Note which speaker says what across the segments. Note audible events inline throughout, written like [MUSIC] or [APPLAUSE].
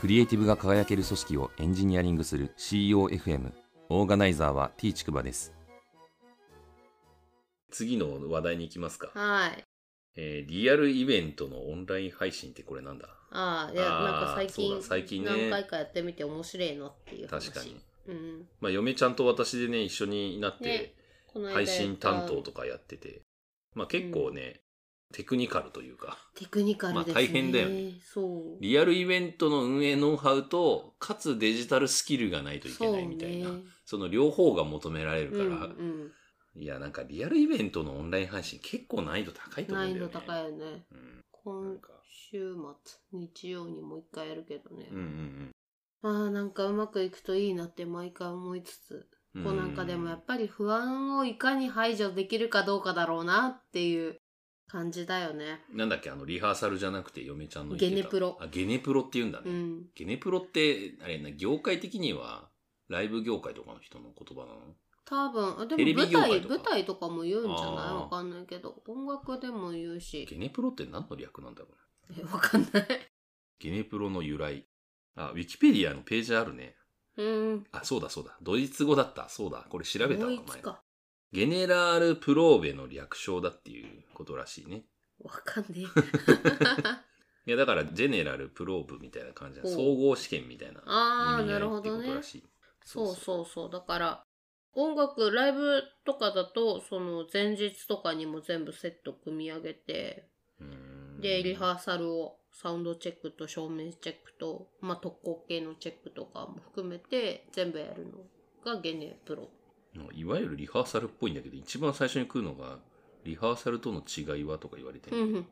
Speaker 1: クリエイティブが輝ける組織をエンジニアリングする COFM オーガナイザーは T ちくばです次の話題に行きますか、
Speaker 2: はい。
Speaker 1: えーリアルイベントのオンライン配信ってこれなんだ
Speaker 2: ああ、いや、
Speaker 1: あー
Speaker 2: なんか最
Speaker 1: そう
Speaker 2: 近、
Speaker 1: だ最近ね
Speaker 2: 何回かやってみて面白いなっていう話。
Speaker 1: 確かに。
Speaker 2: うん。
Speaker 1: まあ嫁ちゃんと私でね一緒になって、
Speaker 2: ねこの間
Speaker 1: 配
Speaker 2: やった
Speaker 1: 信担当とかやってて、まあ、結構ね、テクニカルというか
Speaker 2: テクニカルですね。
Speaker 1: まあ大変だよね。
Speaker 2: そう。
Speaker 1: リアルイベントの運営ノウハウとかつデジタルスキルがないといけないみたいなそ,、
Speaker 2: そうね
Speaker 1: の両方が求められるから、
Speaker 2: うん
Speaker 1: いやなんかリアルイベントのオンライン配信結構難易度高い
Speaker 2: うん、
Speaker 1: と思う
Speaker 2: 難
Speaker 1: ん
Speaker 2: 易
Speaker 1: だよね。
Speaker 2: 度高いよね。
Speaker 1: うんなん
Speaker 2: 今
Speaker 1: か
Speaker 2: 週末、日曜にもう一回やるけどね。
Speaker 1: うんうん
Speaker 2: まあなんかうまくいくといいなって毎回思いつつ、
Speaker 1: うん
Speaker 2: こうなんかでもやっぱり不安をいかに排除できるかどうかだろうなっていう感じだよね。
Speaker 1: なんだっけあのリハーサルじゃなくて嫁ちゃんの言ってた
Speaker 2: ゲネプロ
Speaker 1: あゲネプロって言うんだね、
Speaker 2: うん。
Speaker 1: ゲネプロってあれな業界的にはライブ業界とかの人の言葉なの
Speaker 2: 多分、あで
Speaker 1: テレ
Speaker 2: も
Speaker 1: ビ
Speaker 2: 舞
Speaker 1: 業
Speaker 2: 台、
Speaker 1: 界とか
Speaker 2: 舞台とかも言うんじゃ
Speaker 1: あ
Speaker 2: な
Speaker 1: ー
Speaker 2: いわかんないけど、音楽でも言う
Speaker 1: ゲ
Speaker 2: し、
Speaker 1: ネプロって何の略なんだろうね
Speaker 2: えわかんない。 [LAUGHS]
Speaker 1: ゲネプロの由来あウィキペディアのページあるね
Speaker 2: うん。
Speaker 1: あそうだそうだドイツ語だったそうだこれ調べたわ前
Speaker 2: ドイツか。
Speaker 1: ゲネラール・プローベの略称だっていうことらしいね
Speaker 2: わかんね [LAUGHS]
Speaker 1: い
Speaker 2: え。
Speaker 1: やだからジェネラル・プローブみたいな感じで
Speaker 2: ほ
Speaker 1: 総
Speaker 2: う
Speaker 1: 合試験みたいな
Speaker 2: あ
Speaker 1: 意
Speaker 2: ー、
Speaker 1: 味合
Speaker 2: ないる
Speaker 1: っ
Speaker 2: ほ
Speaker 1: てい
Speaker 2: ど
Speaker 1: うこと
Speaker 2: ね
Speaker 1: ら。しい
Speaker 2: そうそうそう。だから、音楽、ライブとかだと、その前日とかにも全部セット組み上げて、
Speaker 1: うーん
Speaker 2: で、リハーサルを、サウンドチェックと照明チェックと、まあ、特攻系のチェックとかも含めて、全部やるのがゲネプロ。
Speaker 1: いわゆるリハーサルっぽいんだけど一番最初に来るのがリハーサルとの違いはとか言われて
Speaker 2: う
Speaker 1: る、
Speaker 2: んうん。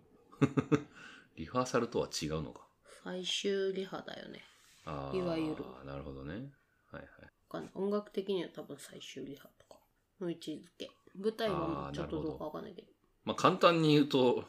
Speaker 1: リハーサルとは違うのか
Speaker 2: 最終リハだよね。
Speaker 1: あー
Speaker 2: いわゆる
Speaker 1: なるほどねはいはい
Speaker 2: わかんない音楽的には多分最終リハとかの位置づけ。舞台
Speaker 1: あ
Speaker 2: は
Speaker 1: ー
Speaker 2: ちょっと
Speaker 1: なるほ
Speaker 2: ど
Speaker 1: ど
Speaker 2: うかわかんないけど。
Speaker 1: まあ、簡単に言うと、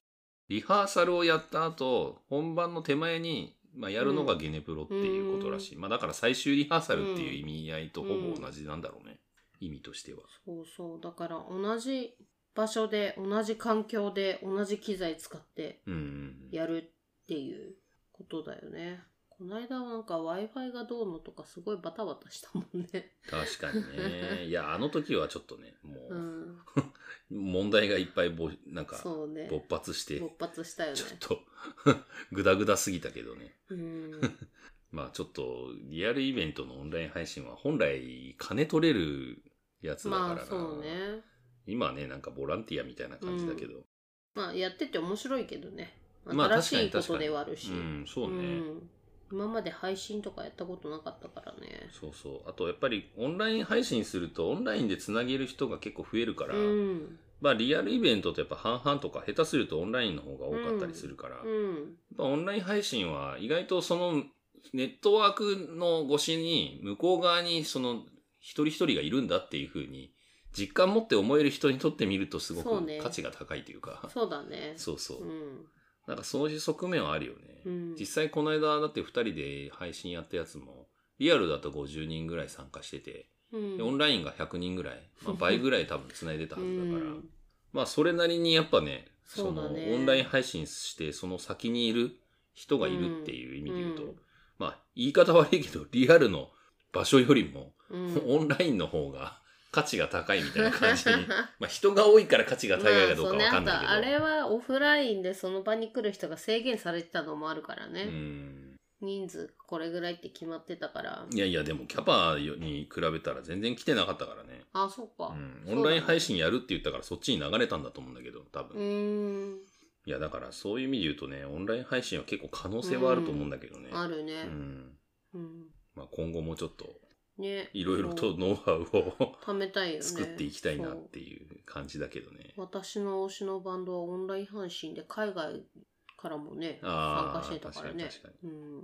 Speaker 1: リハーサルをやった後、本番の手前に、まあ、やるのがゲネプロっていうことらしい。まあ、だから最終リハーサルっていう意味合いとほぼ同じなんだろうね。意味としては。
Speaker 2: そうそう。だから同じ場所で、同じ環境で、同じ機材使って
Speaker 1: うんうんうん。
Speaker 2: やるっていうことだよね。この間はなんか Wi-Fi がどうのとかすごいバタバタしたもんね。
Speaker 1: 確かにね。いや、あの時はちょっとね、
Speaker 2: う
Speaker 1: も
Speaker 2: ん。
Speaker 1: う、問題がいっぱいぼ、なんか、
Speaker 2: そうね。
Speaker 1: 勃発して、
Speaker 2: 勃発したよね
Speaker 1: ちょ。っと、 [LAUGHS] ぐだぐだすぎたけどね。
Speaker 2: うん。
Speaker 1: [LAUGHS] まあ、ちょっと、リアルイベントのオンライン配信は本来、金取れるやつだからな。
Speaker 2: まあそうね。
Speaker 1: 今はねなんかボランティアみたいな感じだけど、
Speaker 2: まあやってて面白いけどね。
Speaker 1: まあ
Speaker 2: 新し
Speaker 1: 確か
Speaker 2: いこ
Speaker 1: に確か
Speaker 2: と
Speaker 1: に
Speaker 2: ではあるし。
Speaker 1: うんそうね、
Speaker 2: ん今まで配信とかやったことなかったからね
Speaker 1: そうそうあとやっぱりオンライン配信するとオンラインでつなげる人が結構増えるから、
Speaker 2: うん
Speaker 1: まあリアルイベントとやっぱ半々とか下手するとオンラインの方が多かったりするから、
Speaker 2: う
Speaker 1: やっ
Speaker 2: ん
Speaker 1: ぱオンライン配信は意外とそのネットワークの越しに向こう側にその一人一人がいるんだっていう風に実感持って思える人にとってみるとすご
Speaker 2: そう
Speaker 1: く
Speaker 2: ね
Speaker 1: 価値が高いというか
Speaker 2: そうだね
Speaker 1: そうそう
Speaker 2: うん
Speaker 1: なんかそういう側面はあるよね、
Speaker 2: うん
Speaker 1: 実際この間だって2人で配信やったやつもリアルだと50人ぐらい参加してて、
Speaker 2: うん
Speaker 1: でオンラインが100人ぐらい、まあ、倍ぐらい多分繋いでたはずだから、
Speaker 2: うん
Speaker 1: まあそれなりにやっぱねそ
Speaker 2: そう
Speaker 1: の
Speaker 2: だね
Speaker 1: オンライン配信してその先にいる人がいるっていう意味で言うと、
Speaker 2: うん
Speaker 1: まあ言い方悪いけどリアルの場所よりも、
Speaker 2: うん
Speaker 1: オンラインの方が価値が高いみたいな感じ
Speaker 2: [LAUGHS]
Speaker 1: にまあ人が多いから価値が高いかどうかわかん
Speaker 2: まあ
Speaker 1: ない
Speaker 2: そ
Speaker 1: け
Speaker 2: うね
Speaker 1: ど、
Speaker 2: あとあれはオフラインでその場に来る人が制限されてたのもあるからね、
Speaker 1: うん
Speaker 2: 人数これぐらいって決まってたから
Speaker 1: いやいや、でもキャパに比べたら全然来てなかったからね。
Speaker 2: あそうか、
Speaker 1: うん、オンライン配信やるって言ったからそっちに流れたんだと思うんだけど、多
Speaker 2: う
Speaker 1: 分。
Speaker 2: ん
Speaker 1: いや、だからそういう意味で言うとね、オンライン配信は結構可能性はあると思うんだけどね。
Speaker 2: あるね
Speaker 1: うん。
Speaker 2: うん
Speaker 1: まあ、今後もちょっと、
Speaker 2: ね
Speaker 1: いろいろ
Speaker 2: そ
Speaker 1: と
Speaker 2: う
Speaker 1: ノウハウを
Speaker 2: 貯めたいよね
Speaker 1: 作っていきたいなっ
Speaker 2: そう
Speaker 1: ていう感じだけどね。
Speaker 2: 私の推しのバンドはオンライン配信で海外からもね参
Speaker 1: あー
Speaker 2: 加してたからね
Speaker 1: 確かに
Speaker 2: うん、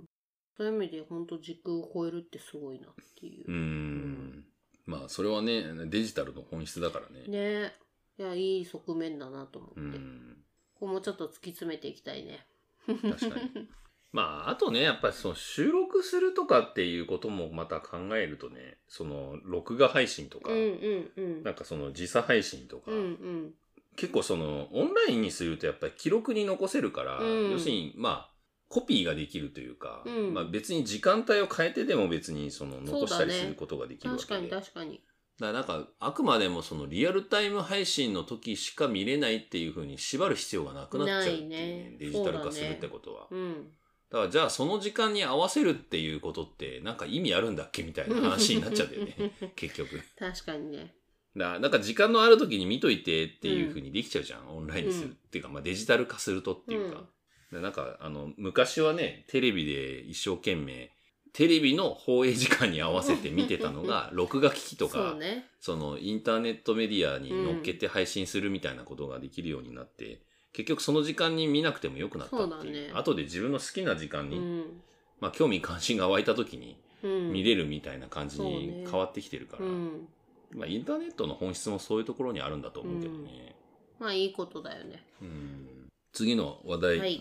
Speaker 2: そういう意味で本当時空を超えるってすごいなっていうう、
Speaker 1: ん。まあ、それはね、デジタルの本質だからね。
Speaker 2: ねいやいい側面だなと思って、
Speaker 1: う
Speaker 2: こ
Speaker 1: ん。
Speaker 2: こもうちょっと突き詰めていきたいね
Speaker 1: 確かに。 [LAUGHS] まあ、あとね、やっぱりその収録するとかっていうこともまた考えるとね、その録画配信とか、
Speaker 2: うんうんうん
Speaker 1: なんかその時差配信とか、
Speaker 2: うんうん
Speaker 1: 結構そのオンラインにするとやっぱり記録に残せるから、
Speaker 2: うん
Speaker 1: 要するにまあ、コピーができるというか、
Speaker 2: うん
Speaker 1: まあ別に時間帯を変えてでも別にその残したり
Speaker 2: そうだね
Speaker 1: することができるわけ
Speaker 2: 確
Speaker 1: で。
Speaker 2: かに確かに。
Speaker 1: だからなんか、あくまでもそのリアルタイム配信の時しか見れないっていう風に縛る必要がなくなっちゃうっていう、
Speaker 2: ない
Speaker 1: ね
Speaker 2: ね
Speaker 1: デジタル化す
Speaker 2: そ
Speaker 1: る
Speaker 2: うだね
Speaker 1: ってことは。
Speaker 2: うん。
Speaker 1: だからじゃあその時間に合わせるっていうことってなんか意味あるんだっけみたいな話になっちゃうんだよ
Speaker 2: [LAUGHS]
Speaker 1: ね。結局。
Speaker 2: 確かにね。
Speaker 1: だからなんか時間のある時に見といてっていう風にできちゃうじゃん。オンラインにする。
Speaker 2: うん
Speaker 1: っていうか、まあデジタル化するとっていうか。でなんかあの、昔はね、テレビで一生懸命、テレビの放映時間に合わせて見てたのが、録画機器とか、
Speaker 2: そうね。
Speaker 1: そのインターネットメディアに乗っけて配信するみたいなことができるようになって、結局その時間に見なくてもよくなった
Speaker 2: そ
Speaker 1: って
Speaker 2: うだ
Speaker 1: いう。
Speaker 2: ね
Speaker 1: 後で自分の好きな時間
Speaker 2: う
Speaker 1: に、
Speaker 2: ん。
Speaker 1: まあ興味関心が湧いた時に
Speaker 2: うん。
Speaker 1: 見れるみたいな感じ
Speaker 2: そう
Speaker 1: に
Speaker 2: ね
Speaker 1: 変わってきてるから、
Speaker 2: うん。
Speaker 1: まあインターネットの本質もそういうところにあるんだと思うけどね。
Speaker 2: まあいいことだよね。
Speaker 1: うん次の話題、
Speaker 2: はい。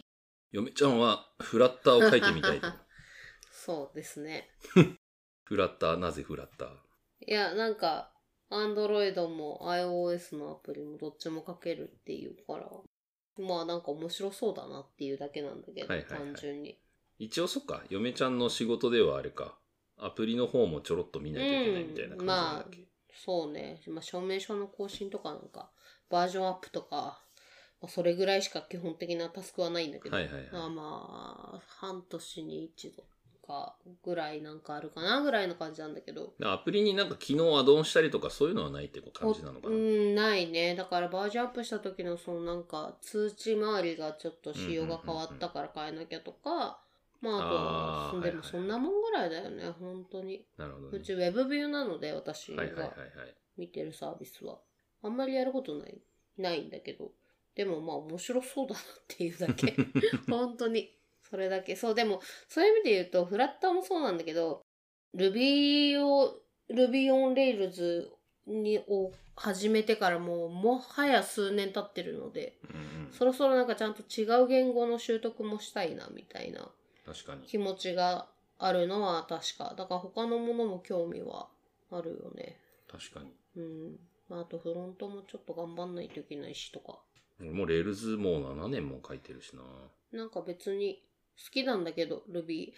Speaker 1: 嫁ちゃんはフラッターを描いてみたい
Speaker 2: [LAUGHS]
Speaker 1: と。
Speaker 2: そうですね。
Speaker 1: フラッター、なぜフラッター
Speaker 2: いや、なんか、アンドロイドも iOS のアプリもどっちも書けるっていうから、まあなんか面白そうだなっていうだけなんだけど、
Speaker 1: はいはいはい
Speaker 2: 単純に。
Speaker 1: 一応そっか、嫁ちゃんの仕事ではあれか、アプリの方もちょろっと見ないといけないみたいな感じなんだっけ、
Speaker 2: そうね。まあ証明書の更新とかなんか、バージョンアップとか、まあ、それぐらいしか基本的なタスクはないんだけど、
Speaker 1: はいはいはい
Speaker 2: まあまあ、半年に一度かぐらいなんかあるかなぐらいの感じなんだけど、
Speaker 1: アプリになんか機能アドオンしたりとかそういうのはないって感じなのか
Speaker 2: う
Speaker 1: な。
Speaker 2: ん、ないね。だからバージョンアップした時のそのなんか通知回りがちょっと仕様が変わったから変えなきゃとか、まああ
Speaker 1: あー
Speaker 2: とは、で
Speaker 1: はい
Speaker 2: も
Speaker 1: はい
Speaker 2: そんなもんぐらいだよね、本当に。
Speaker 1: なるほど
Speaker 2: う
Speaker 1: ね。
Speaker 2: ちウェブビューなので私
Speaker 1: はいはいはいは
Speaker 2: が
Speaker 1: い。
Speaker 2: 見てるサービスは。あんまりやることない、ないんだけど。でもまあ面白そうだなっていうだ
Speaker 1: [LAUGHS]
Speaker 2: け。本当に。それだけ。そう、でも、そういう意味で言うと、フラッターもそうなんだけど、Ruby を、Ruby on Rails に、を始めてからもう、もはや数年経ってるので、
Speaker 1: うんうん
Speaker 2: そろそろなんかちゃんと違う言語の習得もしたいな、みたいな
Speaker 1: 確かに。
Speaker 2: 気持ちがあるのは確か。だから他のものも興味はあるよね。
Speaker 1: 確かに。
Speaker 2: うん。まあ、あとフロントもちょっと頑張んないといけないしとか。
Speaker 1: もうレールズもう7年も書いてるしな。
Speaker 2: なんか別に好きなんだけど、Ruby。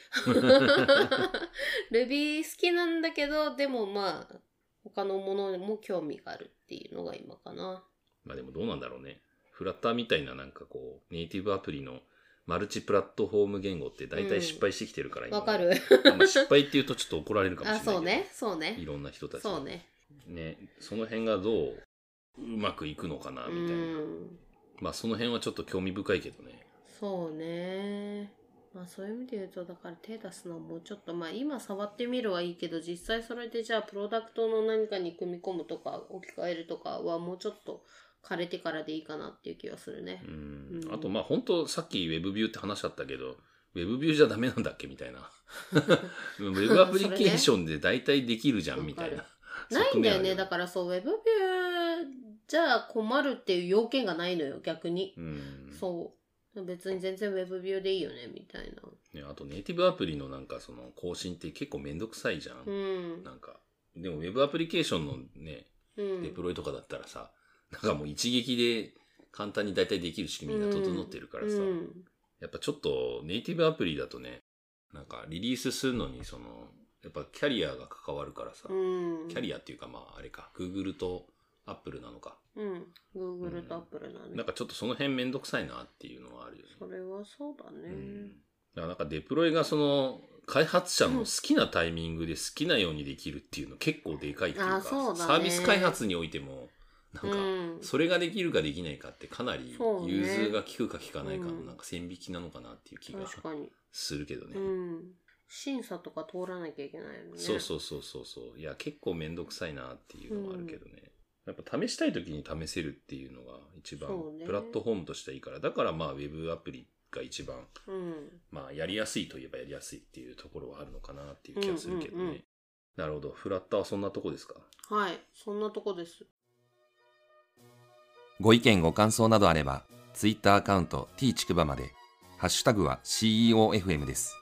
Speaker 2: Ruby 好きなんだけど、でもまあ、他のものにも興味があるっていうのが今かな。
Speaker 1: まあでもどうなんだろうね。フラッターみたいななんかこう、ネイティブアプリのマルチプラットフォーム言語って大体失敗してきてるから
Speaker 2: わかる。
Speaker 1: あんま失敗っていうとちょっと怒られるかもしれ
Speaker 2: あ、
Speaker 1: ないけど。
Speaker 2: そうね。そう
Speaker 1: い
Speaker 2: ね。
Speaker 1: ろんな人たちが
Speaker 2: そうね。
Speaker 1: ね。その辺がどううまくいくのかな
Speaker 2: う
Speaker 1: みたいな。
Speaker 2: ん。
Speaker 1: まあその辺はちょっと興味深いけどね。
Speaker 2: そうね。まあそういう意味で言うと、だから手出すのはもうちょっと、まあ今触ってみるはいいけど、実際それでじゃあプロダクトの何かに組み込むとか、置き換えるとかはもうちょっと枯れてからでいいかなっていう気がするね
Speaker 1: う。
Speaker 2: うんん
Speaker 1: あとまあ本当さっきウェブビューって話あったけど、ウェブビューじゃダメなんだっけみたい
Speaker 2: [LAUGHS]
Speaker 1: な。ウェブアプリケーションで大体できるじゃんみたいな
Speaker 2: わ。ないんだよね。だ
Speaker 1: か
Speaker 2: からそう、ウェブビューじゃあ困るっていう要件がないのよ、逆に。
Speaker 1: ら。うん。
Speaker 2: そう。別に全然ウェブビューでいいよね、みたいな。
Speaker 1: ね、あとネイティブアプリのなんかその更新って結構めんどくさいじゃん。
Speaker 2: うん。
Speaker 1: なんか。でもウェブアプリケーションのね、
Speaker 2: うん。
Speaker 1: デプロイとかだったらさ、なんかもう一撃で簡単に大体できる仕組みが整ってるからさ、
Speaker 2: うん
Speaker 1: やっぱちょっとネイティブアプリだとね、なんかリリースするのにその、やっぱキャリアが関わるからさ、
Speaker 2: うん。
Speaker 1: キャリアっていうかまああれか、Google と Apple なのか。
Speaker 2: うん。Google と Apple なの、
Speaker 1: なんかちょっとその辺めんどくさいなっていうのはあるよね。
Speaker 2: それはそうだ
Speaker 1: う
Speaker 2: ね。
Speaker 1: ん。だからなんかデプロイがその、開発者の好きなタイミングで好きなようにできるっていうの結構でかいっていう
Speaker 2: あ
Speaker 1: か、
Speaker 2: ーそうだね
Speaker 1: サービス開発においても、なんか、
Speaker 2: うん
Speaker 1: それができるかできないかってかなり
Speaker 2: そうね
Speaker 1: 融通が効くか効かないかの
Speaker 2: うん
Speaker 1: なんか線引きなのかなっていう気が
Speaker 2: 確かに、
Speaker 1: するけどね。
Speaker 2: うん。審査とか通らなきゃいけないよね。
Speaker 1: そうそうそうそうそう。いや結構めんどくさいなっていうのはあるけどね。やっぱ試したい時に試せるっていうのが一番
Speaker 2: そうね
Speaker 1: プラットフォームとしてはいいから、だからまあウェブアプリが一番
Speaker 2: う。うん。
Speaker 1: まあやりやすいといえばやりやすいっていうところはあるのかなっていう気がするけどね。
Speaker 2: うんうんうん
Speaker 1: なるほど。フラッターはそんなとこですか
Speaker 2: はい。そんなとこです。
Speaker 3: ご意見ご感想などあれば、ツイッターアカウント t ちくばまで、ハッシュタグは CEOFM です。